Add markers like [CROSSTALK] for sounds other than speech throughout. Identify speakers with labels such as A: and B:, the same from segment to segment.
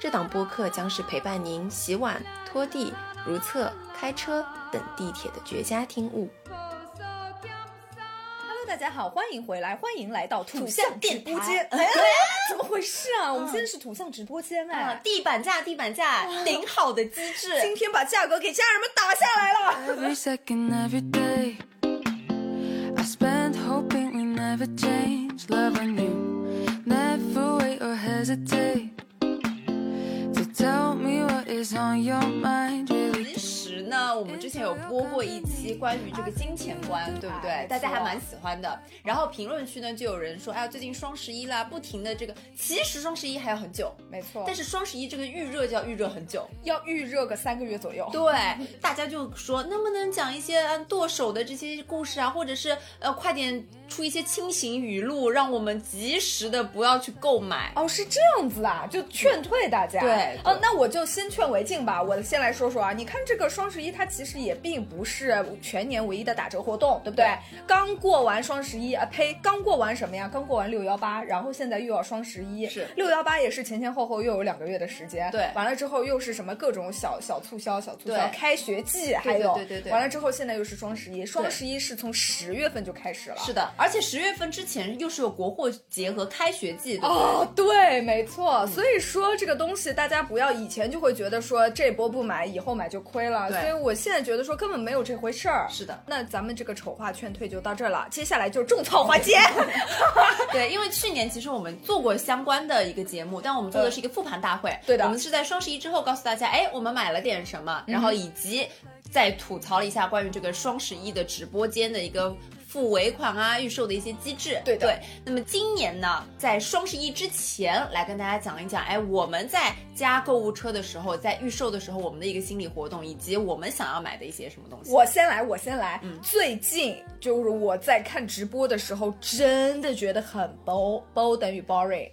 A: 这档播客将是陪伴您洗碗、拖地、如厕、开车等地铁的绝佳听物。
B: Hello，大家好，欢迎回来，欢迎来到土象直播
A: 土象
B: 间。
A: 电
B: [LAUGHS]
A: 台
B: 哎，怎么回事啊？我们现在是土象直播间
A: 啊
B: 哎，。
A: 地板价，地板价，顶好的机制。
B: 今天把价格给家人们打下来了。
C: Every second, every day. I spent hoping we never change. Love on you. Never wait or hesitate to tell me what is on your mind. Really
A: 其实呢，我们之前有播过一期关于这个金钱观，对不对？大家还蛮喜欢的。然后评论区呢，就有人说，哎呀，最近双十一啦，不停的这个，其实双十一还有很久，
B: 没错
A: 但是双十一这个预热就要预热很久。
B: 要预热个三个月左右。
A: 对，大家就说能不能讲一些嗯剁手的这些故事啊，或者是呃，快点出一些清醒语录，让我们及时的不要去购买。嗯
B: 哦，是这样子啊，就劝退大家。
A: 对对
B: 呃，那我就先劝为敬吧。我先来说说啊，你看这个双十一，它其实也并不是全年唯一的打折活动，对不对？刚过完双十一啊，呸，刚过完什么呀？刚过完六幺八，然后现在又要双十一。
A: 是
B: 六幺八也是前前后后又有两个月的时间。
A: 对
B: 完了之后又是什么各种小小促销、小促销
A: 对，
B: 开学季还有，
A: 对对对对
B: 完了之后现在又是双十一，双十一是从十月份就开始了。
A: 是的，而且十月份之前又是有国货节和开学季，对不对？
B: 哦，对，没错。所以说这个东西，大家不要以前就会觉得说这波不买，以后买就亏了。
A: 对
B: 所以我现在觉得说根本没有这回事儿。
A: 是的
B: 那咱们这个丑话劝退就到这儿了，接下来就是种草环
A: [LAUGHS]
B: 节。
A: 对，因为去年其实我们做过相关的一个节目，但我们做的是一个复盘大会。
B: 嗯对的
A: 我们是在双十一之后告诉大家，哎，我们买了点什么，
B: 嗯
A: 然后以及再吐槽了一下关于这个双十一的直播间的一个。付尾款啊，预售的一些机制，
B: 对的
A: 对。那么今年呢，在双十一之前来跟大家讲一讲，哎，我们在加购物车的时候，在预售的时候，我们的一个心理活动，以及我们想要买的一些什么东西。嗯
B: 我先来，我先来。最近就是我在看直播的时候，真的觉得很 bow bow 等于 boring，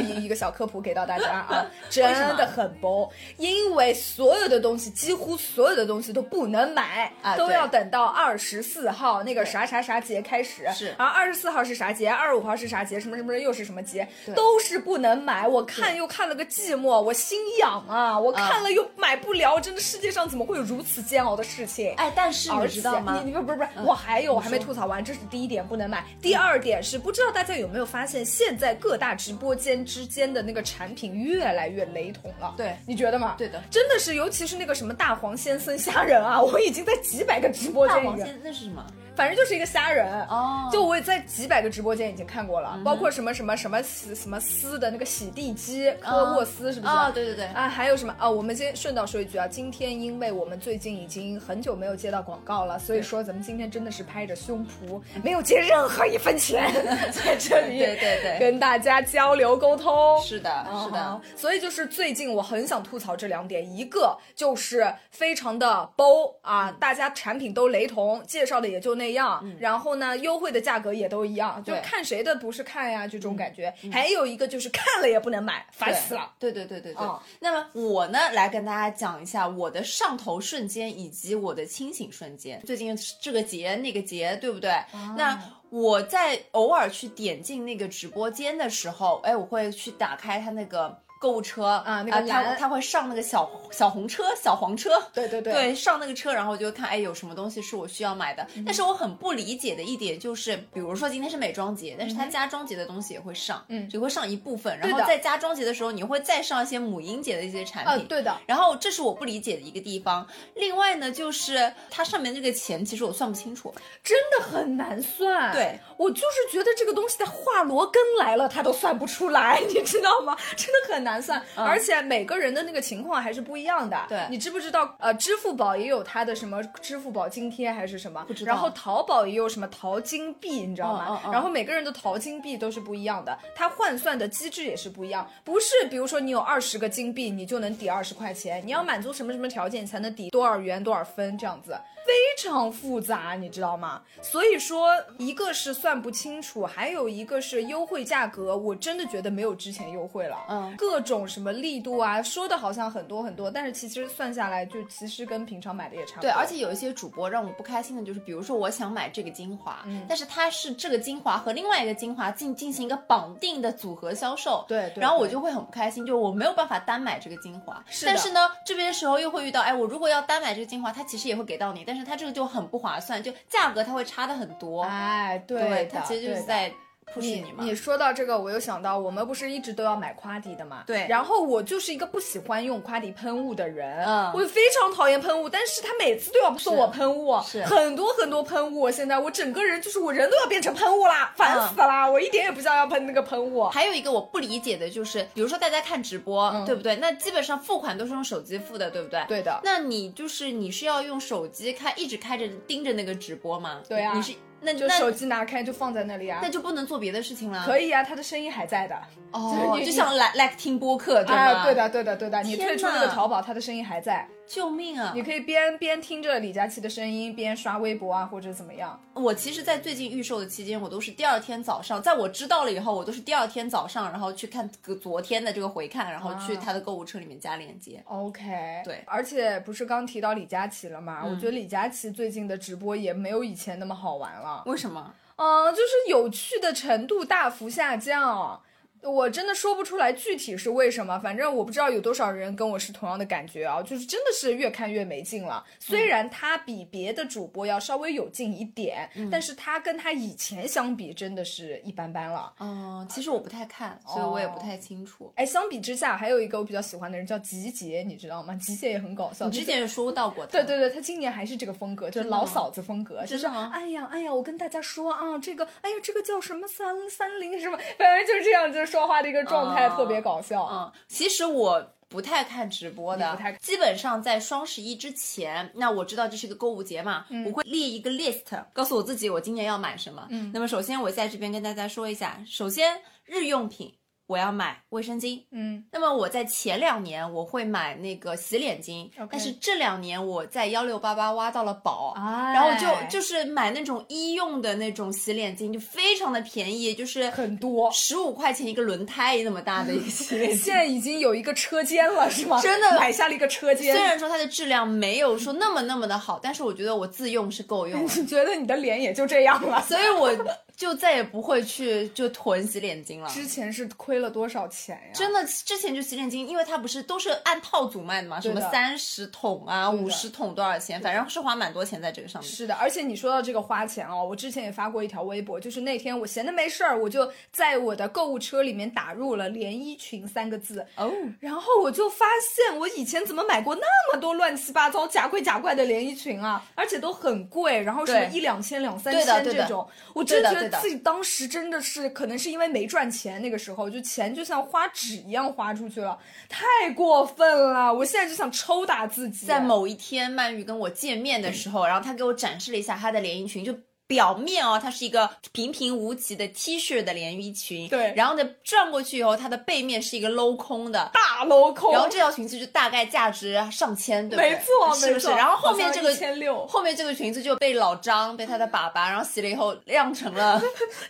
B: 一 [LAUGHS] 一个小科普给到大家
A: [LAUGHS]
B: 啊，真的很 bow，因为所有的东西，几乎所有的东西都不能买，
A: 啊
B: 都
A: 对
B: 要等到二十四号那个啥啥啥节开始，
A: 是
B: 然后二十四号是啥节，二十五号是啥节，什么什么又是什么节
A: 对，
B: 都是不能买。我看又看了个寂寞，我心痒啊，我看了又买不了，真的世界上怎么会有如此煎熬的事情？
A: 哎，但是
B: 而
A: 你
B: 且
A: 知道吗嗯
B: 你？你不是不是，我还有我还没吐槽完，这是第一点不能买。第二点是不知道大家有没有发现，现在各大直播间之间的那个产品越来越雷同了。
A: 对
B: 你觉得吗？
A: 对的
B: 真的是，尤其是那个什么大黄先生虾仁啊，我已经在几百个直播
A: 大
B: 间里
A: 王
B: 面，
A: 现那是什么？
B: 反正就是一个虾
A: 哦
B: 仁。
A: 嗯
B: 就我也在几百个直播间已经看过了，包括什么什么什么洗什么丝的那个洗地机，科沃斯是不是？
A: 哦，对对对，
B: 啊，还有什么啊？我们先顺道说一句啊，今天因为我们最近已经很久没有接到广告了，所以说咱们今天真的是拍着胸脯，没有接任何一分钱， [LAUGHS] 在这里
A: 对对对
B: 跟大家交流沟通。
A: 是的，是的。
B: 啊所以就是最近我很想吐槽这两点，一个就是非常的 low 啊，大家产品都雷同，介绍的也就那样，然后呢，优惠的价格也都一样，就
A: 对
B: 看谁的不是看呀，这种感觉。还有一个就是看了也不能买，烦死了。
A: 对对对对对。
B: 嗯
A: 那么我呢，来跟大家讲一下我的上头瞬间以及我的清醒瞬间。最近这个节那个节，对不对？
B: 哦
A: 那我在偶尔去点进那个直播间的时候，哎，我会去打开它那个。购物车
B: 啊那个
A: 它
B: 栏
A: 它会上那个小小红车、小黄车，
B: 对对对
A: 对，上那个车，然后就会看，哎，有什么东西是我需要买的。但
B: 嗯
A: 是我很不理解的一点就是，比如说今天是美妆节，但是它家装节的东西也会上，
B: 嗯
A: 只会上一部分，然
B: 对
A: 后
B: 的
A: 在家装节的时候，你会再上一些母婴节的一些产
B: 嗯、
A: 品。
B: 对的，
A: 然后这是我不理解的一个地方。另外呢，就是它上面这个钱，其实我算不清楚。
B: 真的很难算。
A: 对，
B: 我就是觉得这个东西在华罗庚来了，他都算不出来，你知道吗？真的很难算，而且每个人的那个情况还是不一样的。
D: 嗯对
B: 你知不知道？呃，支付宝也有它的什么支付宝津贴还是什么？
D: 不知道
B: 然后淘宝也有什么淘金币，你知道
D: 嗯
B: 吗？
D: 嗯嗯
B: 然后每个人的淘金币都是不一样的，它换算的机制也是不一样。不是，比如说你有二十个金币，你就能抵二十块钱，你要满足什么什么条件你才能抵多少元多少分这样子。非常复杂，你知道吗？所以说，一个是算不清楚，还有一个是优惠价格，我真的觉得没有之前优惠了。
D: 嗯
B: 各种什么力度啊，说的好像很多很多，但是其实算下来，就其实跟平常买的也差不多。
A: 对，而且有一些主播让我不开心的就是，比如说我想买这个精华，
B: 嗯
A: 但是它是这个精华和另外一个精华进进行一个绑定的组合销售，
B: 对对
A: 然后我
B: 对
A: 就会很不开心，就是我没有办法单买这个精华，
B: 是
A: 但
B: 的
A: 是呢，这边的时候又会遇到，哎，我如果要单买这个精华，它其实也会给到你，但是它这个就很不划算，就价格它会差的很多，
B: 哎，对
A: 对，
B: 的
A: 它其实就
B: 对
A: 是
B: 的
A: 在 push
B: 你
A: 嘛，
B: 你说到这个，我又想到我们不是一直都要买夸迪的嘛？
A: 对
B: 然后我就是一个不喜欢用夸迪喷雾的人，
A: 嗯
B: 我非常讨厌喷雾，但是他每次都要送我喷雾，
A: 是
B: 很多很多喷雾。现在我整个人就是我人都要变成喷雾啦，烦死啦！我一点也不想要喷那个喷雾。
A: 嗯还有一个我不理解的就是，比如说大家看直播，对不对？那基本上付款都是用手机付的，对不对？
B: 嗯对的
A: 那你就是你是要用手机开，一直开着盯着那个直播吗？
B: 对啊
A: 你是那
B: 就
A: 那
B: 手机拿开就放在那里啊
A: 那，就不能做别的事情了。
B: 可
A: 以
B: 以啊，他的声音还在的。
A: 哦，
B: 你
A: 就像来来听播客对吗？
B: 哎，对，的，对的，对的，你
A: 天
B: 退出那
A: 哪
B: 个淘宝，他的声音还在，
A: 救命啊
B: 你！可以边边听着李佳琦的声音，边刷微博啊，或者怎么样。
A: 我其实，在最近预售的期间，我都是第二天早上，在我知道了以后，我都是第二天早上，然后去看昨天的这个回看，然后去
B: 啊
A: 他的购物车里面加链接。
B: OK，
A: 对
B: 而且不是刚提到李佳琦了吗？
A: 嗯
B: 我觉得李佳琦最近的直播也没有以前那么好玩了，
A: 为什么？
B: 嗯、就是有趣的程度大幅下降。我真的说不出来具体是为什么，反正我不知道有多少人跟我是同样的感觉啊，就是真的是越看越没劲了。虽然他比别的主播要稍微有劲一点，但是他跟他以前相比，真的是一般般了。
A: 哦，其实我不太看，所以我也不
B: 哦
A: 太清楚。
B: 哎，相比之下，还有一个我比较喜欢的人叫吉杰，你知道吗？吉杰也很搞笑。
A: 你之前也说到过他，
B: 哦对对对，他今年还是这个风格，就是老嫂子风格，就是
A: 真的吗
B: 哎呀哎呀，我跟大家说啊，这个哎呀这个叫什么三三零什么，反正就是这样，就是说话的一个状态
A: 哦
B: 特别搞笑。
A: 嗯，其实我不太看直播的，
B: 你不太
A: 基本上在双十一之前，那我知道这是一个购物节嘛，
B: 嗯
A: 我会列一个 list，告诉我自己我今年要买什么。嗯，那么首先我在这边跟大家说一下，首先日用品我要买卫生巾。
B: 嗯，
A: 那么我在前两年我会买那个洗脸巾
B: OK
A: 但是这两年我在幺六八八挖到了宝，
B: 哎
A: 然后就就是买那种医用的那种洗脸巾，就非常的便宜，就是
B: 很多，
A: 十五块钱一个轮胎那么大的一个洗脸巾
B: 现。在已经有一个车间了，是吗？
A: 真的
B: 买下了一个车
A: 虽
B: 间。
A: 然说它的质量没有说那么那么的好，但是我觉得我自用是够用的，
B: [LAUGHS] 你 [LAUGHS] 觉得你的脸也就这样了？
A: 所以我就再也不会去就囤洗脸巾了。
B: 之前是亏了多少钱呀？
A: 真的，之前就洗脸巾，因为它不是都是按套组卖的嘛，什
B: 对
A: 么
B: 的
A: 三十桶啊、
B: 对的
A: 五十桶多少钱，反正是花蛮多钱在这个上面。
B: 是的，而且你说到这个花钱哦，我之前也发过一条微博，就是那天我闲的没事儿，我就在我的购物车里面打入了“连衣裙”三个字，
A: 哦，
B: 然后我就发现我以前怎么买过那么多乱七八糟、假贵假怪的连衣裙啊，而且都很贵，然后什么
A: 对
B: 一两千、两三
A: 对的
B: 千
A: 对
B: 这
A: 的
B: 种，我
A: 对
B: 真
A: 的
B: 觉
A: 对
B: 得
A: 的
B: 自己当时真的是，可能是因为没赚钱，那个时候就钱就像花纸一样花出去了，太过分了，我现在就想抽打自己，
A: 在某一天曼玉跟我见面的时候，然后她给我展示了一下她的连衣裙，就。表面哦，它是一个平平无奇的 T 恤的连衣裙，
B: 对
A: 然后呢，转过去以后，它的背面是一个镂空的，
B: 大镂空，
A: 然后这条裙子就大概价值上千，对不对？
B: 没错
A: 是不
B: 没
A: 是？
B: 错
A: 然后后面
B: 好
A: 这
B: 像
A: 个
B: 1600
A: 后面这个裙子就被老张被他的粑粑，然后洗了以后晾成
B: [LAUGHS]
A: 了，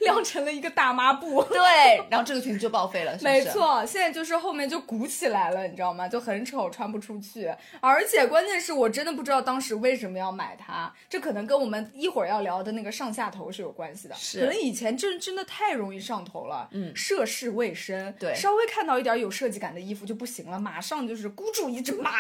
B: 晾成了一个大抹布。
A: 对，然后这个裙子就报废了，是不是？
B: 没，错，现在就是后面就鼓起来了，你知道吗？就很丑，穿不出去。而且关键是我真的不知道当时为什么要买它，这可能跟我们一会儿要聊的那个上下头是有关系的。
A: 是
B: 可能以前真真的太容易上头了，
A: 嗯
B: 涉世未深，
A: 对
B: 稍微看到一点有设计感的衣服就不行了，马上就是孤注一掷买，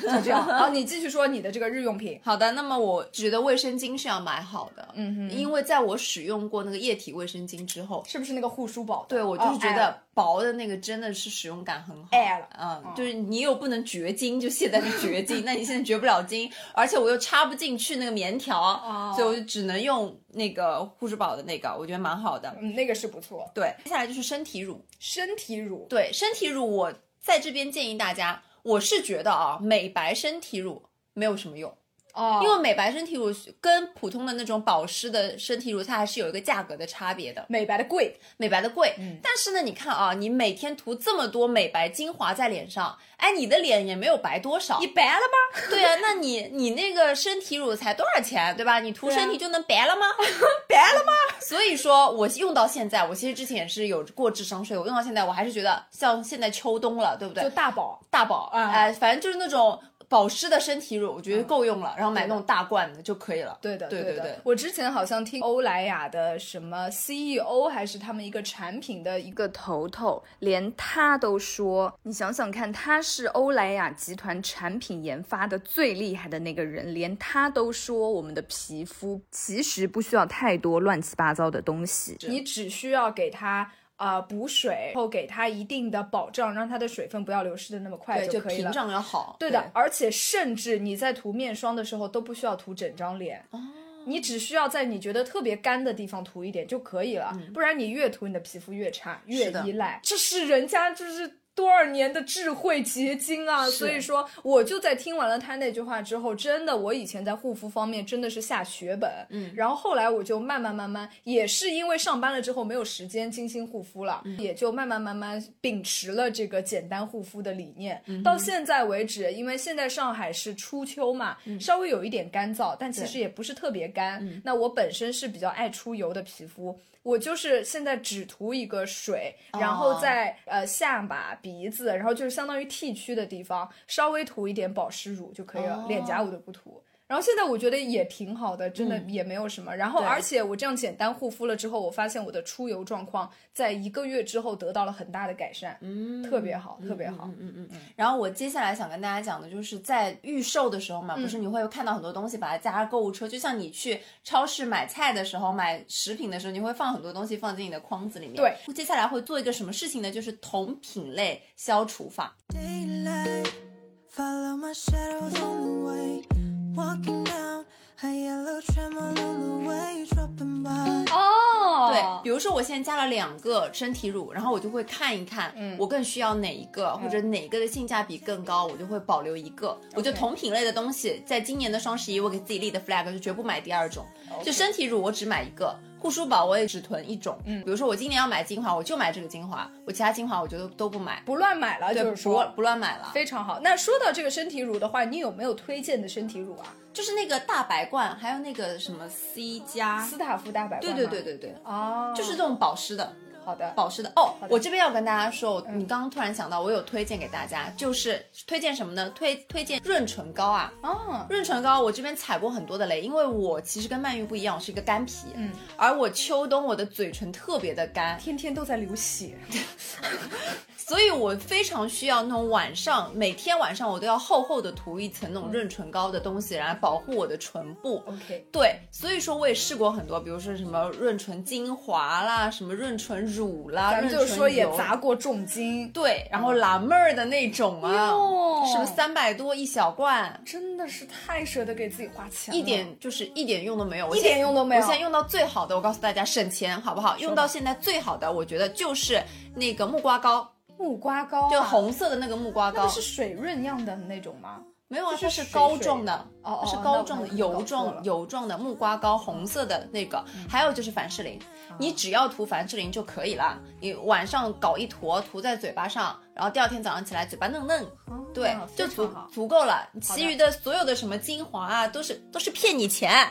B: 就
A: [LAUGHS]
B: 这样。好，你继续说你的这个日用品，
A: 好的，那么我觉得卫生巾是要买好的，
B: 嗯哼
A: 因为在我使用过那个液体卫生巾之后，
B: 是不是那个护舒宝的？
A: 对我就
B: 哦
A: 是觉
B: 哎
A: 得薄的那个真的是使用感很好，
B: 哎了
A: 嗯，就是你又不能绝经，就现在是绝经，
B: [LAUGHS]
A: 那你现在绝不了经，而且我又插不进去那个棉条，
B: 哦
A: 所以我就只能用那个护舒宝的那个，我觉得蛮好的。
B: 嗯，那个是不错，
A: 对，接下来就是身体乳，
B: 身体乳。
A: 对，身体乳我。在这边建议大家，我是觉得啊，美白身体乳没有什么用，
B: 哦
A: 因为美白身体乳跟普通的那种保湿的身体乳，它还是有一个价格的差别的，
B: 美白的贵，
A: 美白的贵。但是呢，你看啊，你每天涂这么多美白精华在脸上，哎，你的脸也没有白多少
B: 你。白了吧？
A: [LAUGHS] 对啊，那你你那个身体乳才多少钱，对吧？你涂
B: 对啊
A: 身体就能白
B: [LAUGHS]
A: 了吗？
B: 白了吗？
A: 所以说我用到现在，我其实之前也是有过智商税，我用到现在，我还是觉得像现在秋冬了，对不对
B: 就？大宝，
A: 大宝，
B: 啊
A: 哎、反正就是那种保湿的身体乳，我觉得够用了，然后买
B: 对
A: 那
B: 的
A: 种大罐的就可以了。
B: 对的，
A: 对
B: 对
A: 对
B: 的。我之前好像听欧莱雅的什么 CEO 还是他们一个产品的一个头头，连他都说，你想想看，他是欧莱雅集团产品研发的最厉害的那个人，连他都说我们的皮肤其实不需要太多乱七八糟的东西，你只需要给它。啊、补水，然后给它一定的保障，让它的水分不要流失的那么快
A: 对，就
B: 可以了
A: 屏。障要好。
B: 对的，而且甚至你在涂面霜的时候都不需要涂整张脸，
A: 哦
B: 你只需要在你觉得特别干的地方涂一点就可以了，不然你越涂你的皮肤越差，
A: 嗯
B: 越
A: 是的
B: 依赖。这是人家就是。多少年的智慧结晶啊！
A: 是
B: 所以说，我就在听完了他那句话之后，真的，我以前在护肤方面真的是下血本，
A: 嗯
B: 然后后来我就慢慢慢慢，也是因为上班了之后没有时间精心护肤了，
A: 嗯
B: 也就慢慢慢慢秉持了这个简单护肤的理念。
A: 嗯
B: 到现在为止，因为现在上海是初秋嘛，
A: 嗯
B: 稍微有一点干燥，但其实也不是特别干。那我本身是比较爱出油的皮肤。我就是现在只涂一个水，然后
A: 哦
B: 在、呃下巴、鼻子，然后就是相当于 T 区的地方稍微涂一点保湿乳就可以了，
A: 哦
B: 脸颊我都不涂。然后现在我觉得也挺好的，真的也没有什么。然后
A: 嗯对
B: 而且我这样简单护肤了之后，我发现我的出油状况在一个月之后得到了很大的改善，嗯，特别好，特别好。
A: 嗯然后我接下来想跟大家讲的就是在预售的时候嘛，不是你会看到很多东西把它加入购物车，就像你去超市买菜的时候、买食品的时候，你会放很多东西放进你的筐子里面。
B: 对，
A: 接下来会做一个什么事情呢？就是同品类消除法。
C: Daylight, follow my shadows on the way. Walking down a yellow tram along the way, dropping by.
B: 哦
A: 对，比如说我现在加了两个身体乳，然后我就会看一看，
B: 嗯
A: 我更需要哪一个，或者哪个的性价比更高，我就会保留一个。我就同品类的东西，在今年的双十一，我给自己立的 flag 就绝不买第二种。就身体乳我只买一个，护舒宝我也只囤一种。嗯，比如说我今年要买精华，我就买这个精华，我其他精华我觉得都不买，
B: 不乱买了，
A: 对，
B: 就是
A: 不
B: 说
A: 不乱买了。
B: 非常好。那说到这个身体乳的话，你有没有推荐的身体乳啊？
A: 就是那个大白罐，还有那个什么 C 加
B: 斯，塔芙大白
A: 对
B: 罐
A: 对
B: 吗
A: 对对对，
B: 哦，
A: 就是这种保湿的。
B: 好的，
A: 保湿的哦
B: 好。的
A: 我这边要跟大家说，我你刚刚突然想到，我有推荐给大家，
B: 嗯
A: 就是推荐什么呢？推推荐润唇膏啊。
B: 哦，
A: 润唇膏我这边踩过很多的雷，因为我其实跟曼玉不一样，我是一个干皮，
B: 嗯，
A: 而我秋冬我的嘴唇特别的干，
B: 天天都在
A: [LAUGHS]
B: 流血，
A: 所以我非常需要那种晚上每天晚上我都要厚厚的涂一层那
B: 嗯
A: 种润唇膏的东西，来保护我的唇部。
B: OK
A: 对，所以说我也试过很多，比如说什么润唇精华啦，什么润唇乳啦，
B: 咱
A: 润
B: 们
A: 唇
B: 就说也
A: 油
B: 砸过重金，
A: 对，然后辣妹儿的那种啊，
B: 嗯哟
A: 什么三百多一小罐，
B: 真的是太舍得给自己花钱了，
A: 一点就是一点用都没有，我
B: 嗯一点
A: 现
B: 用都没有
A: 我现在用到最好的，我告诉大家省钱好不好？用到现在最好的，我觉得就是那个木瓜膏，
B: 木瓜膏、啊，
A: 就红色的那个木瓜
B: 那
A: 膏
B: 不，是水润样的那种吗？
A: 没有啊，
B: 这
A: 它是
B: 是水
A: 膏
B: 水
A: 状
B: 的
A: 的，
B: 哦
A: 它是
B: 哦那
A: 膏
B: 我
A: 状
B: 可
A: 的
B: 能搞
A: 油
B: 错了
A: 状油状的木瓜膏，红色的那个，
B: 嗯
A: 还有就是凡士林，
B: 啊
A: 你只要涂凡士林就可以了。你晚上搞一坨涂在嘴巴上，然后第二天早上起来嘴巴嫩嫩，对，就
B: 啊非
A: 足
B: 常好
A: 足够了。
B: 好的
A: 其余的所有的什么精华啊，都是都是骗你钱。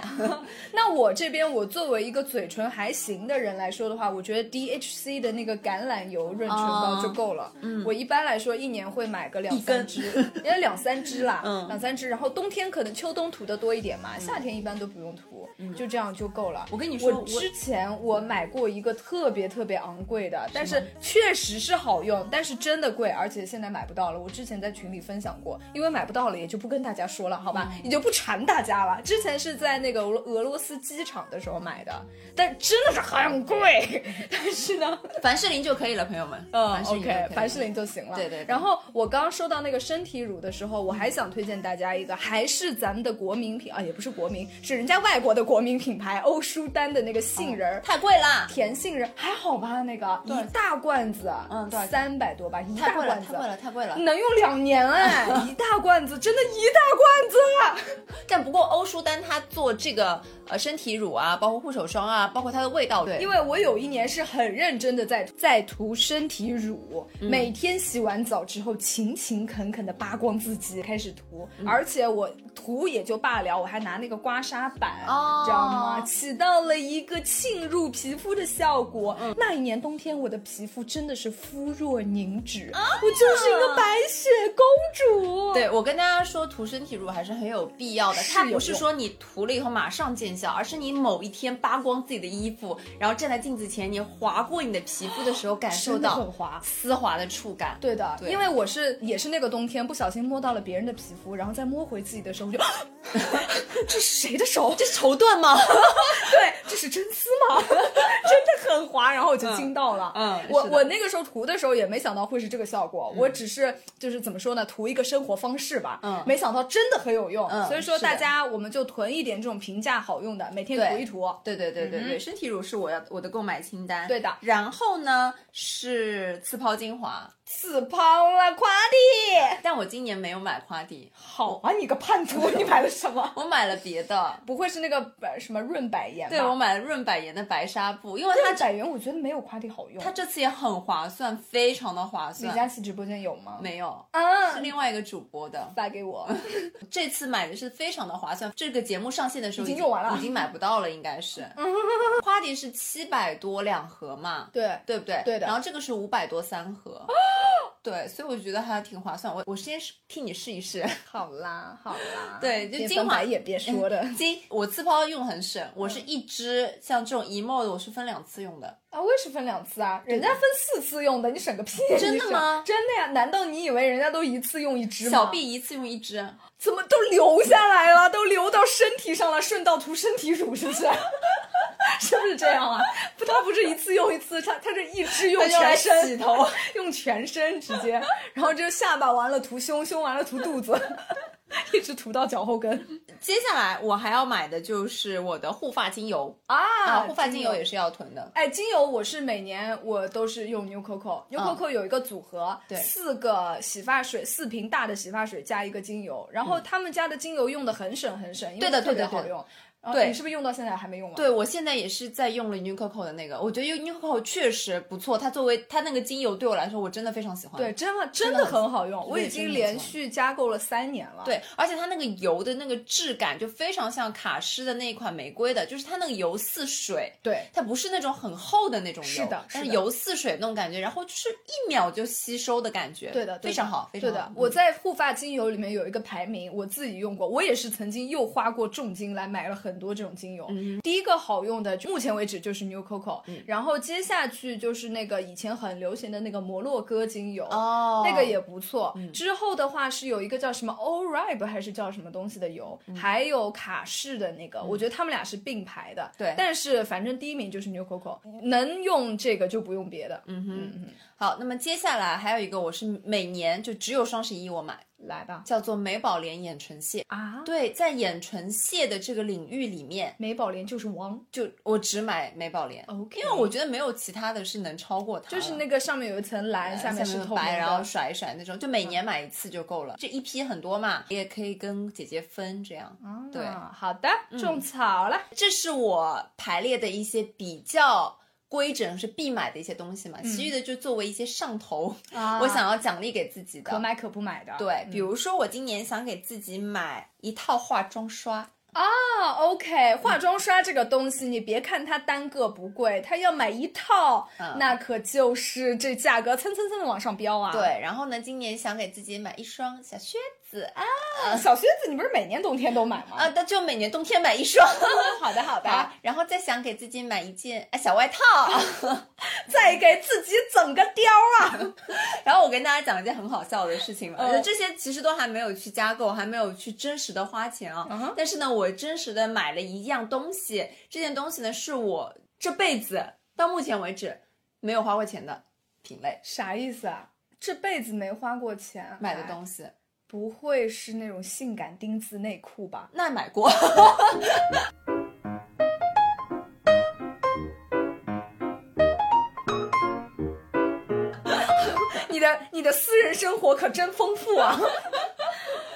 B: 那我这边，我作为一个嘴唇还行的人来说的话，我觉得 DHC 的那个橄榄油润唇膏
A: 哦
B: 就够了。嗯，我一般来说一年会买个两
A: 一
B: 三
A: 根
B: 支，因为两三支啦，
A: 嗯
B: 两三支。然后冬天可能秋冬涂的多一点嘛，夏天一般都不用涂，就这样就够了。
A: 我跟你说
B: 我
A: 我
B: 之前我买过一个特别特别昂贵的，但是确实是好用，但是真的贵，而且现在买不到了。我之前在群里分享过，因为买不到了，也就不跟大家说了，好吧，
A: 嗯
B: 也就不馋大家了。之前是在那个俄罗俄罗斯机场的时候买的，但真的是很
A: [LAUGHS]
B: 贵。但是呢，
A: 凡士林就可以了，朋友们。
B: 嗯
A: 凡士林就可以
B: ，OK，
A: 了
B: 凡士林就行了。
A: 对对对
B: 然后我刚刚说到那个身体乳的时候，我还想推荐大家一个，还是咱们的国民品啊，也不是国民，是人家外国的国民品牌欧舒丹的那个杏仁儿。
A: 太贵啦。
B: 甜杏仁还好吧？那个
A: 多少
B: 一大罐子，
A: 嗯多少钱
B: 三百多吧，一
A: 太
B: 大
A: 贵了，
B: 罐
A: 太
B: 子
A: 贵，了，太贵了。
B: 能用两年
A: [LAUGHS]
B: 哎，一大罐子，真的一大罐子。
A: 但不过欧舒丹它做这个呃身体乳啊，包括护手霜啊，包括它的味道，对
B: 因
A: 为
B: 为我有一年是很认真的在在涂身体乳，
A: 嗯
B: 每天洗完澡之后勤勤恳恳的扒光自己开始涂，
A: 嗯
B: 而且我涂也就罢了，我还拿那个刮痧板，
A: 哦
B: 知道吗？起到了一个沁入皮肤的效果。
A: 嗯
B: 那一年冬天，我的皮肤真的是肤若凝脂，我就是一个白雪公主。
A: 哦对我跟大家说，涂身体乳还是很有必要的。
B: 是
A: 它
B: 有
A: 不是
B: 用
A: 说你涂了以后马上见效，而是你某一天扒光自己的衣服，然后站在镜子前，你划过你的皮肤的时候，感受
B: 真的
A: 到
B: 很滑
A: 丝滑的触感。
B: 对的，
A: 对
B: 因为我是也是那个冬天不小心摸到了别人的皮肤，然后再摸回自己的时候，我就 [GASPS] 这是谁的手？
A: 这是绸缎
B: [LAUGHS]
A: 吗？
B: 对，这是真丝吗？ [LAUGHS] 真的很滑，然后我就惊到了。
A: 嗯嗯
B: 我
A: 是的
B: 我那个时候涂的时候也没想到会是这个效果，我只是就是怎么说呢，涂一个生活方式吧。
A: 嗯
B: 没想到真的很有用，
A: 嗯
B: 所以说
A: 是的
B: 大家我们就囤一点这种平价好用的，每天涂
A: 对
B: 一涂。
A: 对对对对对，身体乳是我要我的购买清单。
B: 嗯对的
A: 然后呢是次抛精华，
B: 死抛了，夸地！
A: 但我今年没有买夸地，
B: 好啊，你个叛徒，你买了什么？
A: 我买了别的。
B: 不会是那个呃什么润百颜吧？
A: 对，我买了润百颜的白纱布，因为
B: 润
A: 它
B: 百颜，我觉得没有夸地好用。
A: 它这次也很划算，非常的划
B: 李
A: 算。
B: 佳琦直播间有吗？
A: 没有，
B: 啊
A: 是，另外一个主播的。
B: 发
A: [LAUGHS]
B: 给我。
A: 这次买的是非常的划算，这个节目上线的时候
B: 已经用完了
A: 已经买不到了，应该是。花迪是七百多两盒嘛，
B: 对，
A: 对不对？
B: 对的
A: 然后这个是五百多三
B: [LAUGHS]
A: 盒，对，所以我觉得还挺划算。我我先试替你试一试。 [LAUGHS]
B: 好啦，好啦，
A: 对就
B: 别
A: 精
B: 翻
A: 华嗯
B: 白眼，别说的
A: 今我次抛用得很省，我
B: 嗯
A: 是一支像这种 emo 的，我是分两次用的。
B: 啊！我也是分两次啊，人家分四次用的，你省个屁！
A: 真
B: 你
A: 的
B: 省
A: 吗
B: 真的呀？难道你以为人家都一次用一支吗？
A: 小 B 一次用一支，
B: 怎么都流下来了，都流到身体上了，顺道涂身体乳是不 [LAUGHS] 是？是不是这样啊？不，他不是一次用一次，他他是一支用
A: 他用来
B: 全身，
A: 洗头，
B: 用全身直接，然后就下巴完了涂胸，胸完了涂肚子， [LAUGHS] 一直涂到脚后跟
A: 接下来我还要买的就是我的护发精油啊，护发精油也是要囤的。
B: 哎，精油我是每年我都是用 New Coco，New
A: 嗯
B: Coco 有一个组合，
A: 对
B: 四个洗发水，四瓶大的洗发水加一个精油，然后他们家的精油用的很省很省，因
A: 嗯对
B: 为
A: 的
B: 特别
A: 对的
B: 好
A: 对的
B: 用。然后
A: 对
B: 你是不是用到现在还没用啊完？
A: 对，我现在也是在用了 New Coco 的那个，我觉得 New Coco 确实不错，它作为它那个精油对我来说，我真的非常喜欢。
B: 对，真的真的很好用，
A: 对
B: 我已
A: 真
B: 经
A: 的
B: 连
A: 很好
B: 续加购了三年了。
A: 对，而且它那个油的那个质感就非常像卡诗的那一款玫瑰的，就是它那个油似水，
B: 对
A: 它不是那种很厚的那种油，
B: 是的
A: 但是
B: 是的
A: 油似水那种感觉，然后就是一秒就吸收的感觉，
B: 对的，
A: 非
B: 对的
A: 常好，非常
B: 对的
A: 好。
B: 我
A: 嗯
B: 在护发精油里面有一个排名，我自己用过，我也是曾经又花过重金来买了很多这种精
A: 嗯
B: 油。第一个好用的，目前为止就是 New Coco，、然后接下去就是那个以前很流行的那个摩洛哥精油。
A: 哦，
B: 那个也不错，之后的话是有一个叫什么 o r i b 还是叫什么东西的油，
A: 嗯
B: 还有卡士的那个，我觉得他们俩是并排的。
A: 对嗯
B: 但是反正第一名就是 New Coco，能用这个就不用别的。嗯哼，
A: 好。那么接下来还有一个，我是每年就只有双十一我买，
B: 来吧
A: 叫做美宝莲眼唇卸。
B: 啊，
A: 对，在眼唇卸的这个领域里面，
B: 美宝莲就是王，
A: 就我只买美宝莲
B: OK
A: 因为我觉得没有其他的是能超过它的，
B: 哦
A: 呃
B: 就是那个上面有一层蓝，
A: 下
B: 面是透明
A: 白，
B: 的。嗯
A: 然后甩一甩那种，就每年买一次就够了。这一批很多嘛，也可以跟姐姐分这样。
B: 啊
A: 对
B: 好的，
A: 嗯
B: 种草了。
A: 这是我排列的一些比较规整是必买的一些东西嘛，其余的就作为一些上头，
B: 嗯啊
A: 我想要奖励给自己
B: 可
A: 的。
B: 买可不买的。嗯
A: 对，比如说我今年想给自己买一套化妆刷，
B: 啊，OK，化妆刷这个东西，你别看它单个不贵，它要买一套，
A: 嗯
B: 那可就是这价格蹭蹭蹭的往上飙啊。
A: 对，然后呢，今年想给自己买一双小靴子啊，
B: 啊，小靴子你不是每年冬天都买吗？
A: 啊，那就每年冬天买一双，
B: [LAUGHS] 好的好
A: 好，然后再想给自己买一件啊小外
B: [LAUGHS]
A: 套，
B: 再给自己整个貂啊。
A: 然后我跟大家讲一件很好笑的事情嘛，
B: 嗯
A: 这些其实都还没有去加购，还没有去真实的花钱啊。
B: 嗯哼
A: 但是呢，我真实的买了一样东西，这件东西呢是我这辈子到目前为止没有花过钱的品类
B: 啥意思啊？这辈子没花过钱
A: 买的
B: 西，
A: 东西。
B: 不会是那种性感丁字内裤吧？
A: 那买过， [LAUGHS]
B: 你的你的私人生活可真丰
A: [LAUGHS]
B: 富啊！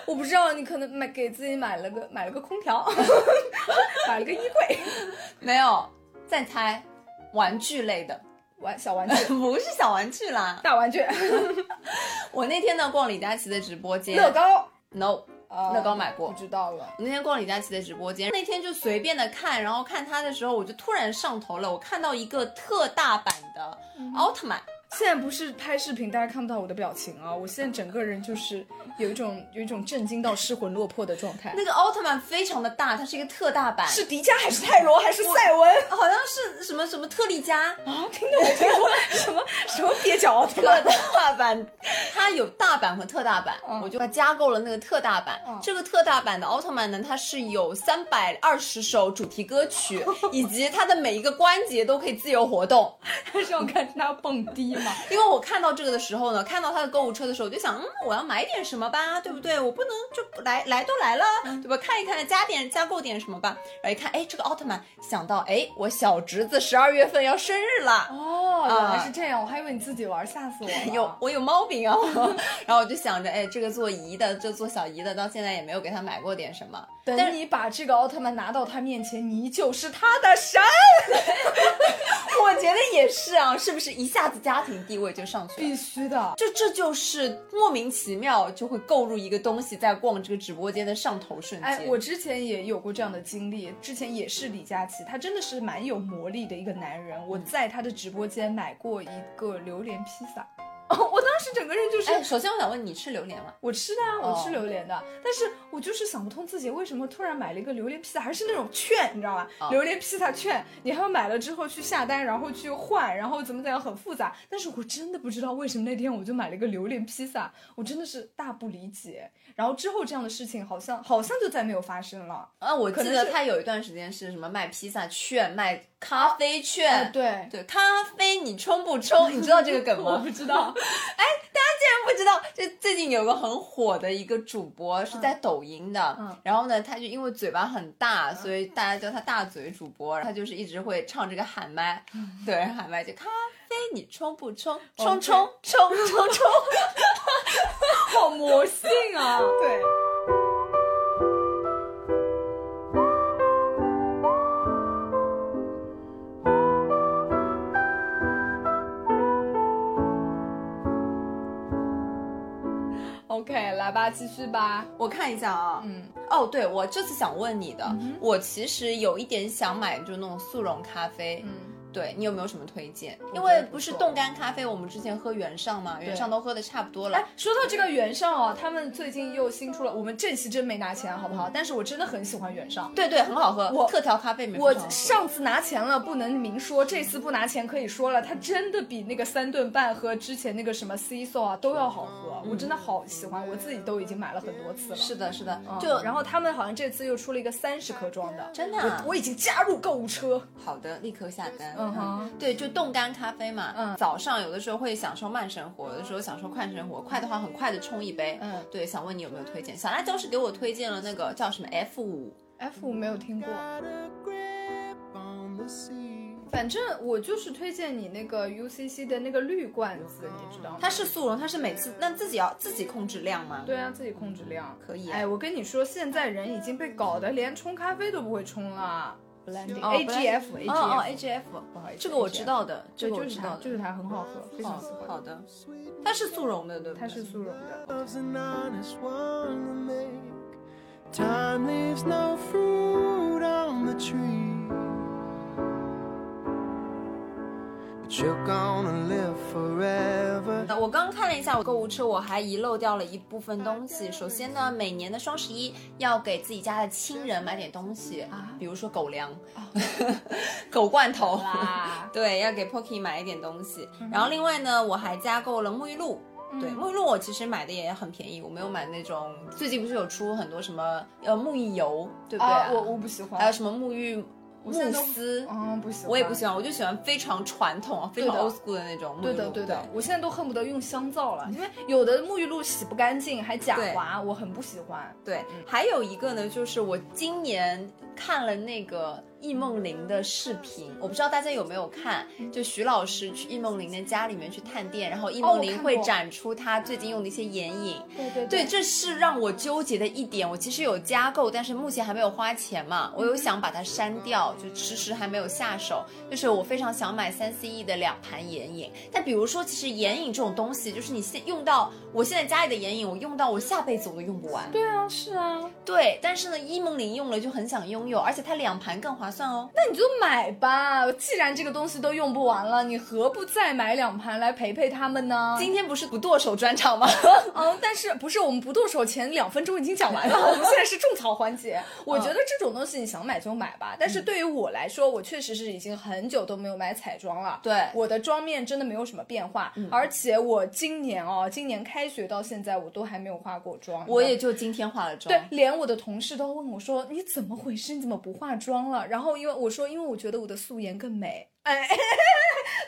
B: 我不知道，你可能买给自己买了个买了个
A: [LAUGHS]
B: 空调，买了个衣柜，
A: 没有，再猜，玩具类的， [LAUGHS]
B: 玩小玩具、
A: 不是小玩具啦。
B: 大玩具、
A: 我那天呢逛李佳琦的直播间，
B: 乐高，
A: no，
B: 啊
A: 乐高买过
B: 不知道了。
A: 我那天逛李佳琦的直播间，那天就随便的看，然后看他的时候，我就突然上头了。我看到一个特大版的
B: 嗯
A: 奥特曼，
B: 现在不是拍视频，大家看不到我的表情啊！我现在整个人就是有一种有一种震惊到失魂落魄的状态。
A: 那个奥特曼非常的大，它是一个特大版，
B: 是迪迦还是泰罗还是赛文
A: 好像是什么什么特利迦
B: 啊？听都没听过什么什么蹩脚奥 [LAUGHS] 啊
A: [LAUGHS]
B: 特曼
A: 特大版，它有大版和特大版，
B: 嗯
A: 我就加购了那个特大版。
B: 嗯
A: 这个特大版的奥特曼呢，它是有三百二十首主题歌
B: [LAUGHS]
A: 曲，以及它的每一个关节都可以自由活动。
B: 是要看他蹦迪吗？
A: 因为我看到这个的时候呢，看到他的购物车的时候，我就想，嗯，我要买点什么吧，对不对？我不能就来来都来了，
B: 嗯
A: 对吧？看一看，加点加购点什么吧。然后一看，哎，这个奥特曼，想到，哎，我小侄子十二月份要生日了。
B: 哦，原来是这样，我还以为你自己玩，吓死我了。
A: 啊有我有毛病啊！ [LAUGHS] 然后我就想着，哎，这个做姨的，这做小姨的，到现在也没有给他买过点什么。但
B: 等
A: 是
B: 你把这个奥特曼拿到他面前，你就是他的神。
A: 我觉得也是啊，是不是一下子家庭地位就上去了？
B: 必须的，
A: 这这就是莫名其妙就会购入一个东西，在逛这个直播间的上头瞬间。
B: 哎，我之前也有过这样的经历，之前也是李佳琦，他真的是蛮有魔力的一个男人。
A: 嗯
B: 我在他的直播间买过一个榴莲披萨， [LAUGHS] 我当时整个人就是。
A: 哎，首先我想问你吃榴莲吗？
B: 我吃的啊，
A: 哦
B: 我吃榴莲的，但是我就是想不通自己为什么突然买了一个榴莲披萨，还是那种券，你知道吧？
A: 哦
B: 榴莲披萨券，你还要买了之后去下单，然后去换，然后怎么怎么样，很复杂。但是我真的不知道为什么那天我就买了一个榴莲披萨，我真的是大不理解。然后之后这样的事情好像好像就再没有发生了。
A: 啊，我记
B: 可能
A: 得
B: 是
A: 他有一段时间是什么卖披萨券、卖咖啡券。
B: 哎，对，
A: 对，咖啡你冲不冲？你知道这个梗
B: [LAUGHS] 我
A: 吗哎
B: 不？
A: [LAUGHS]
B: 知道，
A: 不知道，就最近有个很火的一个主播是在抖音的，
B: 嗯
A: 然后呢，他就因为嘴巴很大，所以大家叫他大嘴主播，他就是一直会唱这个喊麦，
B: 嗯
A: [LAUGHS] 对，喊麦就咖啡你冲不冲？冲冲冲冲冲！
B: 好魔性啊！对，OK，来吧，继续吧。
A: 我看一下啊，
B: 嗯，
A: 哦，对，我这次想问你的，我其实有一点想买，就那种速溶咖啡，
B: 嗯，
A: 对你有没有什么推荐？
B: 我
A: 因
B: 觉
A: 为
B: 得不
A: 不是
B: 错
A: 冻干咖啡，我们之前喝原上嘛，原上都喝的差不多了
B: 哎。，说到这个袁尚哦，他们最近又新出了，我们这期真没拿钱，好不好？但是我真的很喜欢袁尚。
A: 对对，很好喝，
B: 我
A: 特调咖啡没
B: 我
A: 非常好喝
B: 上次拿钱了，不能明说，这次不拿钱可以说了。它真的比那个三顿半和之前那个什么 C so 啊都要好喝，我真的好喜欢，我自己都已经买了很多次了。
A: 嗯是的，是的，
B: 嗯，
A: 就
B: 然后他们好像这次又出了一个三十克装的，
A: 真的啊
B: 我我已经加入购物车。
A: 好的，立刻下单。
B: 嗯哼
A: 对，就冻干咖啡嘛。
B: 嗯
A: 早上有的时候会享受慢生活，有的时候享受快生活。快的话，很快的冲一杯。
B: 嗯
A: 对，想问你有没有推荐？小辣椒是给我推荐了那个叫什么 F 五，
B: F 我没有听过，
C: Got a grip on the sea.
B: 反正我就是推荐你那个 UCC 的那个绿罐子，你知道吗？
A: 它是速溶，它是每次那自己要自己控制量吗？
B: 对啊，自己控制量。
A: 可以啊。
B: 哎，我跟你说，现在人已经被搞得连冲咖啡都不会冲了。Blending
A: 哦
B: AGF
A: 哦哦
B: AGF
A: ，AGF，
B: 不好意思，
A: 这个我知。道的，这
B: 对，
A: 个我
B: 就
A: 知
B: 是它，
A: 道的，嗯哦
B: 就是它很好喝，非常喜欢。
A: 好的，它是速溶的，对不对？
B: 它是速溶的，
C: Love's an honest one to make. Time leaves no fruit on the tree. But you're gonna live forever.
A: 那我刚看了一下我购物车，我还遗漏掉了一部分东西。首先呢，每年的双十一要给自己家的亲人买点东西，
B: 啊哦
A: 比如说狗粮、 [LAUGHS] 狗罐头，[LAUGHS]
B: 哇，嗯
A: 对，要给 Pocky 买一点东西。然后另外呢，我还加购了沐浴露。对，沐浴露我其实买的也很便宜，我没有买那种最近不是有出很多什么呃沐浴油，对不对、
B: 啊，我我不喜欢，
A: 还有什么沐浴
B: 现
A: 慕
B: 在都
A: 斯，
B: 嗯，不喜欢，
A: 我也不喜。欢，我就喜欢非常传统、非常
B: 对的
A: old school 的那种沐浴露。
B: 对的，对的，我现在都恨不得用香皂了，因为有的沐浴露洗不干净，还假
A: 嗯对
B: 滑，我很不喜欢。
A: 对，还有一个呢，就是我今年看了那个易梦玲的视频，我不知道大家有没有看，就徐老师去易梦玲的家里面去探店，然后易
B: 嗯哦我
A: 梦玲
B: 看
A: 会
B: 过
A: 展出她最近用的一些眼影，
B: 对对
A: 对，这是让我纠结的一点。我其实有加购，但是目前还没有花钱嘛，我有想把它删掉，就迟迟还没有下手。就是我非常想买三 C E 的两盘眼影，但比如说，其实眼影这种东西，就是你现用到我现在家里的眼影，我用到我下辈子我都用不完。对
B: 对啊，是啊，
A: 但是呢，伊梦玲用了就很想拥有，而且它两盘更划算哦。
B: 那你就买吧。既然这个东西都用不完了，你何不再买两盘来陪陪他们呢？
A: 今天不是不剁手专场吗？ [LAUGHS]
B: 嗯，但是不是我们不动手前两分钟已经讲
A: [LAUGHS]
B: 完了，我们现在是种草环节。
A: 嗯
B: 我觉得这种东西你想买就买吧，但是对于我来说，我确实是已经很久都没有买彩妆了。
A: 对嗯
B: 我的妆面真的没有什么变化，而且我今年哦，今年开学到现在我都还没有化过妆。
A: 我也就今天化了妆。
B: 对，连我的同事都问我说：“你怎么回事？你怎么不化妆了？”然后因为我说：“因为我觉得我的素颜更美。”哎， [LAUGHS]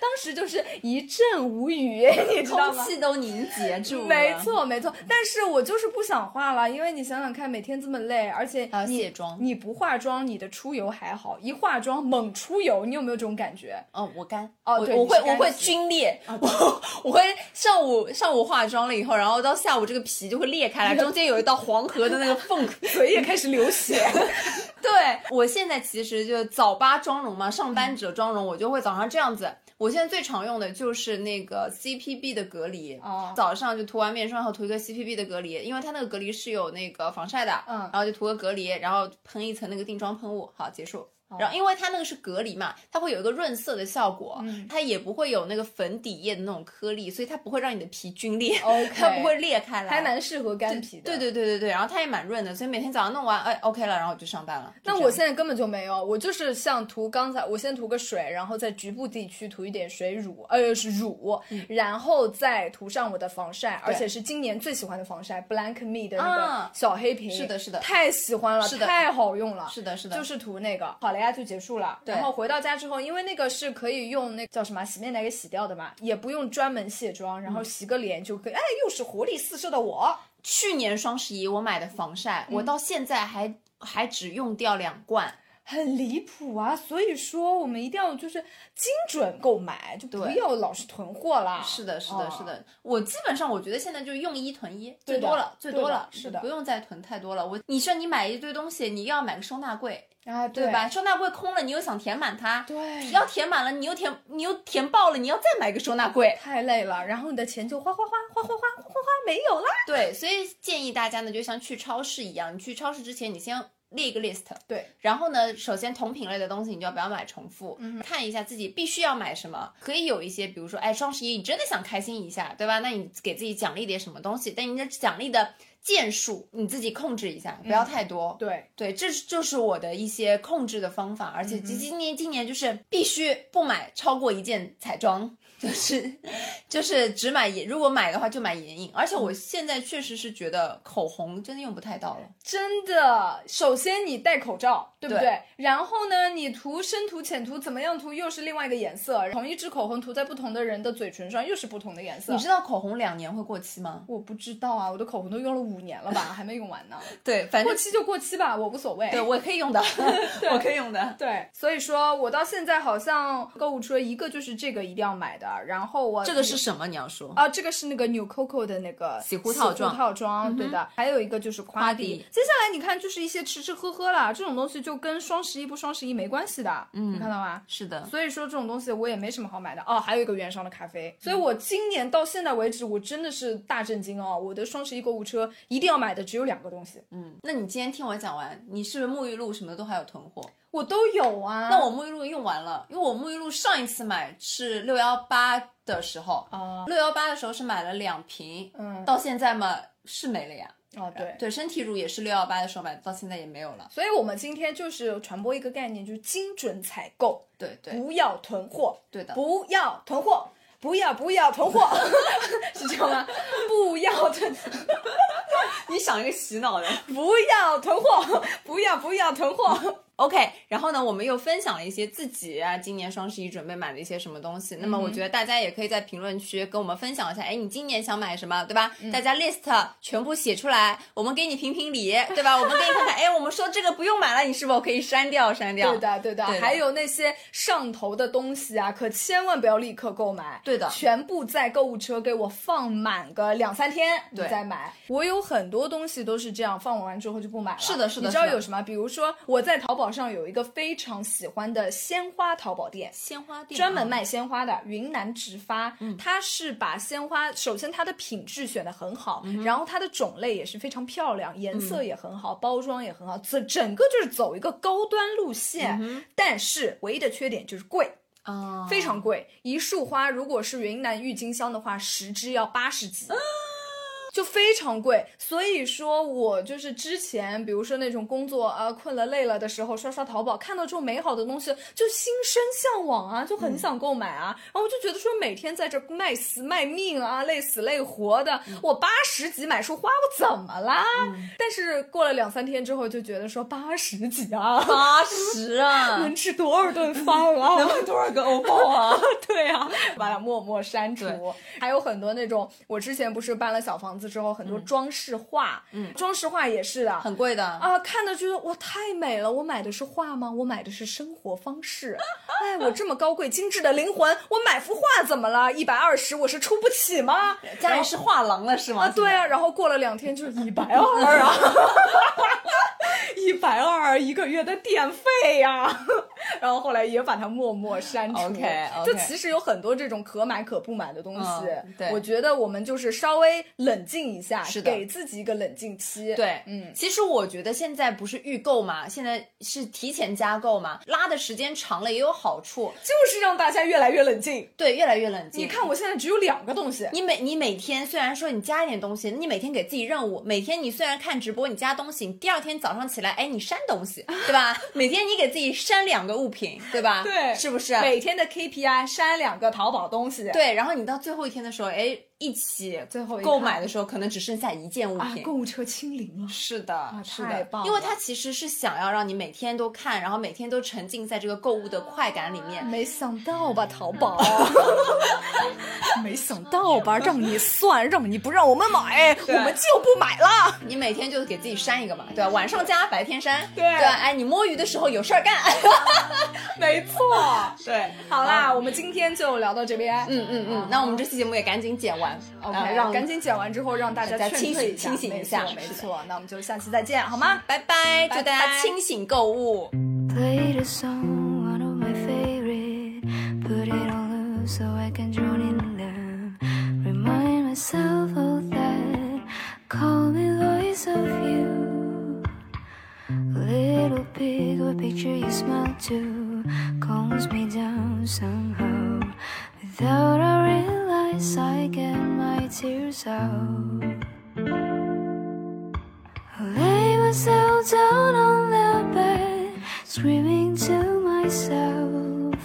B: 当时就是一阵无语， [LAUGHS] 你知道
A: 空
B: 吗？
A: 气都凝结住了。
B: 没，错，没错，但是我就是不想化了，因为你想想看，每天这么累，而且
A: 还要
B: 你
A: 卸妆
B: 你不化妆，你的出油还好，一化妆猛出油，你有没有这种感觉？
A: 哦，我干，
B: 哦
A: 我
B: 对
A: 我
B: 你
A: 会
B: 是
A: 我
B: 干
A: 会
B: 洗哦
A: 皲裂，我 [LAUGHS] 我会上午上午化妆了以后，然后到下午这个皮就会裂
B: [LAUGHS]
A: 开来，中间有一道黄河的那个缝。 [LAUGHS]
B: 嘴也开始流血，
A: 对我现在其实就早八妆容嘛，上
B: 嗯
A: 班者妆容，我就会早上这样子。我现在最常用的就是那个 CPB 的隔离，
B: 哦
A: 早上就涂完面霜后涂一个 CPB 的隔离，因为它那个隔离是有那个防晒的，
B: 嗯
A: 然后就涂个隔离，然后喷一层那个定妆喷雾，好结束。
B: 哦
A: 然后，因为它那个是隔离嘛，它会有一个润色的效果，
B: 嗯
A: 它也不会有那个粉底液的那种颗粒，所以它不会让你的皮皲裂
B: 哦 OK
A: [LAUGHS] 它不会裂开来，
B: [LAUGHS] 还蛮适合干皮的。
A: 对对对对对，然后它也蛮润的，所以每天早上弄完，哎，OK 了，然后我就上班了。
B: 那
A: 就这样
B: 我现在根本就没有，我就是像涂刚才，我先涂个水，然后在局部地区涂一点水乳，呃，是乳，
A: 嗯
B: 然后再涂上我的防晒，而且是今年最喜欢的防晒，Blank Me 的那
A: 啊
B: 个小黑瓶，
A: 是的是的
B: 太喜欢了，
A: 是的
B: 太好用了，
A: 是的是的
B: 就是涂那个，好了呀，就结束了。
A: 对
B: 然后回到家之后，因为那个是可以用那叫什么啊洗面奶给洗掉的嘛，也不用专门卸妆，
A: 嗯
B: 然后洗个脸就可以，哎，又是活力四射的我，
A: 去年双十一我买的防晒，我到现在还还只用掉两罐。
B: 很离谱啊！所以说，我们一定要就是精准购买，就不
A: 对
B: 要老是囤货啦。
A: 是的，是的，
B: 哦
A: 是的。我基本上我觉得现在就用一囤一，
B: 对
A: 最
B: 的
A: 多了，最
B: 对
A: 多
B: 的
A: 了，
B: 是的
A: 不用再囤太多了。我你说你买一堆东西，你又要买个收纳柜，
B: 啊，
A: 对吧？？收纳柜空了，你又想填满它，
B: 对
A: 要填满了，你又填，你又填爆了，你要再买个收纳柜。
B: 太累了，然后你的钱就哗哗哗哗哗哗哗哗哗没有啦。
A: 对，所以建议大家呢，就像去超市一样，你去超市之前，你先列一个 list，
B: 对，
A: 然后呢，首先同品类的东西你就不要买重复，看一下自己必须要买什么，可以有一些，比如说，哎，双十一你真的想开心一下，对吧？那你给自己奖励点什么东西，但你的奖励的件数你自己控制一下，不要太多。
B: 对，
A: 对，这是就是我的一些控制的方法，而且今今年今年就是必须不买超过一件彩妆，就是就是只买眼，如果买的话就买眼影，而且我现在确实是觉得口红真的用不太到了，
B: 真的。首先你戴口罩，对不
A: 对
B: 对？然后呢，你涂深涂、浅涂，怎么样涂又是另外一个颜色。同一支口红涂在不同的人的嘴唇上，又是不同的颜色
A: 你。知道口红两年会过期吗？
B: 我不知道啊，我的口红都用了五年了吧，还没用完
A: [LAUGHS]
B: 呢。
A: 对，反
B: 过
A: 正
B: 期就过期吧，我无所谓。
A: 对我可以 [LAUGHS] 用的，我可以用的。
B: 对，所以说我到现在好像购物车一个就是这个一定要买的，然后我
A: 这个是什么？你要说
B: 啊，这个是那个 New Coco 的那个
A: 洗护套装嗯
B: 洗护套装，对的。还有一个就是夸
A: 迪
B: 接下来你看就是一些吃吃喝喝啦，这种东西就跟双十一不双十一没关系的，嗯，你看到吗？
A: 是的，
B: 所以说这种东西我也没什么好买的哦，还有一个原商的咖啡，所以
A: 嗯
B: 我今年到现在为止，我真的是大震惊哦！我的双十一购物车一定要买的只有两个东西，
A: 嗯，那你今天听我讲完，你是不是沐浴露什么的都还有囤货？
B: 我都有啊。
A: 那我沐浴露用完了，因为我沐浴露上一次买是六幺八的时候，
B: 啊
A: 六幺八的时候是买了两瓶，
B: 嗯
A: 到呃现在嘛是没了呀。
B: 哦对
A: 对，身体乳也是六幺八的时候买的，到现在也没有了。
B: 所以我们今天就是传播一个概念，就是精准采购，
A: 对对
B: 不要囤货，
A: 对的，
B: 不要囤货，不要不要囤货， [LAUGHS] 是这样吗？不要囤， [LAUGHS]
A: 你想一个洗脑的，
B: [LAUGHS] 不要囤货，不要不要囤货。
A: OK，然后呢，我们又分享了一些自己啊今年双十一准备买的一些什么东西。那么
B: 嗯
A: 我觉得大家也可以在评论区跟我们分享一下，哎，你今年想买什么，对吧？
B: 嗯
A: 大家 list 全部写出来，我们给你评评理，对吧？我们给你看看，哎，我们说这个不用买了，你是否可以删掉？删掉？
B: 对的，对的，
A: 对的
B: 还有那些上头的东西啊，可千万不要立刻购买。
A: 对的
B: 全部在购物车给我放满个两三天，你
A: 对
B: 再买。我有很多东西都是这样，放完之后就不买了。
A: 是的是的
B: 你知道
A: 是的
B: 有什么？比如说我在淘宝上有一个非常喜欢的鲜花淘宝店，
A: 鲜花店
B: 专门
A: 啊
B: 卖鲜花的，云南直发，它是把鲜花，首先它的品质选的很好，然后它的种类也是非常漂亮，颜色也很好，包装也很好，整整个就是走一个高端路线。但是唯一的缺点就是贵，
A: 啊，
B: 非常贵，一束花如果是云南郁金香的话，十支要八十几。就非常贵，所以说我就是之前，比如说那种工作呃困了累了的时候，刷刷淘宝，看到这种美好的东西，就心生向往啊，就很想购买啊，然后我就觉得说每天在这儿卖死卖命啊，累死累活的，我八十几买束花，我怎么啦？但是过了两三天之后，就觉得说八十几啊，
A: 八十啊，
B: 能吃多少顿饭
A: [LAUGHS]
B: 啊？
A: 买多少个欧包啊？
B: [LAUGHS] 对啊，把它默默删除
A: 对。
B: 还有很多那种，我之前不是搬了小房子之后，很多装饰画，嗯，装饰画也是的，
A: 嗯很贵的
B: 啊、看的觉得哇太美了。我买的是画吗？我买的是生活
A: [LAUGHS]
B: 方式。哎，我这么高贵精致的灵魂，我买幅画怎么了？一百二十我是出不起吗？
A: [LAUGHS] 家里是画廊了是吗？
B: 啊，对啊，然后过了两天就是一百二啊，一百二一个月的电费呀、然后后来也把它默默删除。
A: OK，OK
B: 就其实有很多这种可买可不买的东西，
A: 嗯对
B: 我觉得我们就是稍微冷静一下，
A: 是的
B: 给自己一个冷静期。
A: 对，
B: 嗯
A: 其实我觉得现在不是预购嘛，现在是提前加购嘛，拉的时间长了也有好处，
B: 就是让大家越来越冷静。
A: 对，越来越冷静。
B: 你看，我现在只有两个东西，
A: 你每你每天虽然说你加一点东西，你每天给自己任务，每天你虽然看直播你加东西，你第二天早上起来，哎，你删东西，对
B: [LAUGHS]
A: 吧？每天你给自己删两个物品，对吧？
B: 对，
A: 啊是不是？
B: 每天的 KPI 删两个淘宝东西，
A: 对，然后你到最后一天的时候，哎，一起
B: 最后一
A: 购
B: 看
A: 买的时候，可能只剩下一件物
B: 啊，
A: 品，
B: 购物车清零了。
A: 是的，是的
B: 太棒
A: 因为
B: 了
A: 它其实是想要让你每天都看，然后每天都沉浸在这个购物的快感里面。
B: 没想到吧，淘宝，
A: [LAUGHS]
B: 没想到吧，让你算，让你不让我们买，我们就不买了。
A: 你每天就给自己删一个嘛，对吧？晚上加，白天删，
B: 对
A: 对吧，哎，你摸鱼的时候有事儿干， [LAUGHS]
B: 没错，
A: 对，
B: 好啦，我们今天就聊到这边。
A: 嗯嗯嗯，那我们这期节目也赶紧剪完
B: ，OK，、
A: 啊让
B: 赶紧剪完之后让大家
A: 大家
B: 劝退
A: 清醒清
B: 一
A: 醒一下
B: 没错，没
A: 是
B: 错。那我们就下期再见，好吗？
A: 拜拜，祝
B: 拜
A: 大家
B: 拜
A: 清醒购物。
E: Played a song, one of my favorite. Put it on loop so I can drown in them. Remind myself of that. Call me voice of you. Little pig, what picture you smile to. Calms me down somehow. Without I realize, I get my tears out. I lay myself down on the bed, screaming to myself.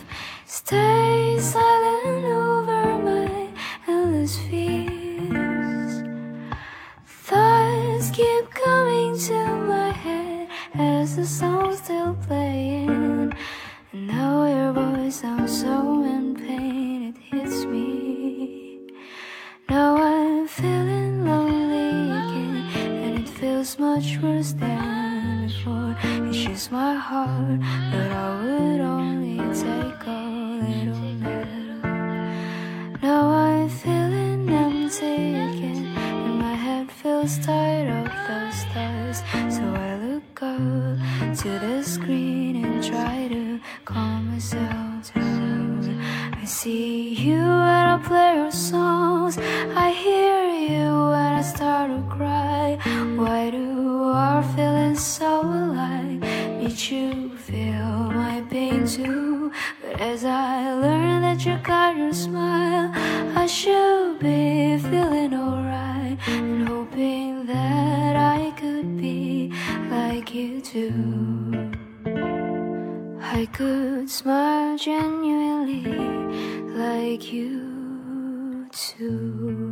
E: Stay silent over my endless fears. Thoughts keep coming to my head as the song's still playing. And now your voice sounds so in pain, it hits me. Now I'm feeling lonely again, and it feels much worse than before. It's just my heart, but I would only take a little bit. Now I'm feeling empty again, and my head feels tired of those stars. So I look up to the screen and try to calm myself down. I see you when I play your songs. I hear you when I start to cry. Why do our feelings so alike? Did you feel my pain too? But as I learn that you got your smile, I should be feeling alright and hoping that I could be like you too. I could smile genuinely like you too.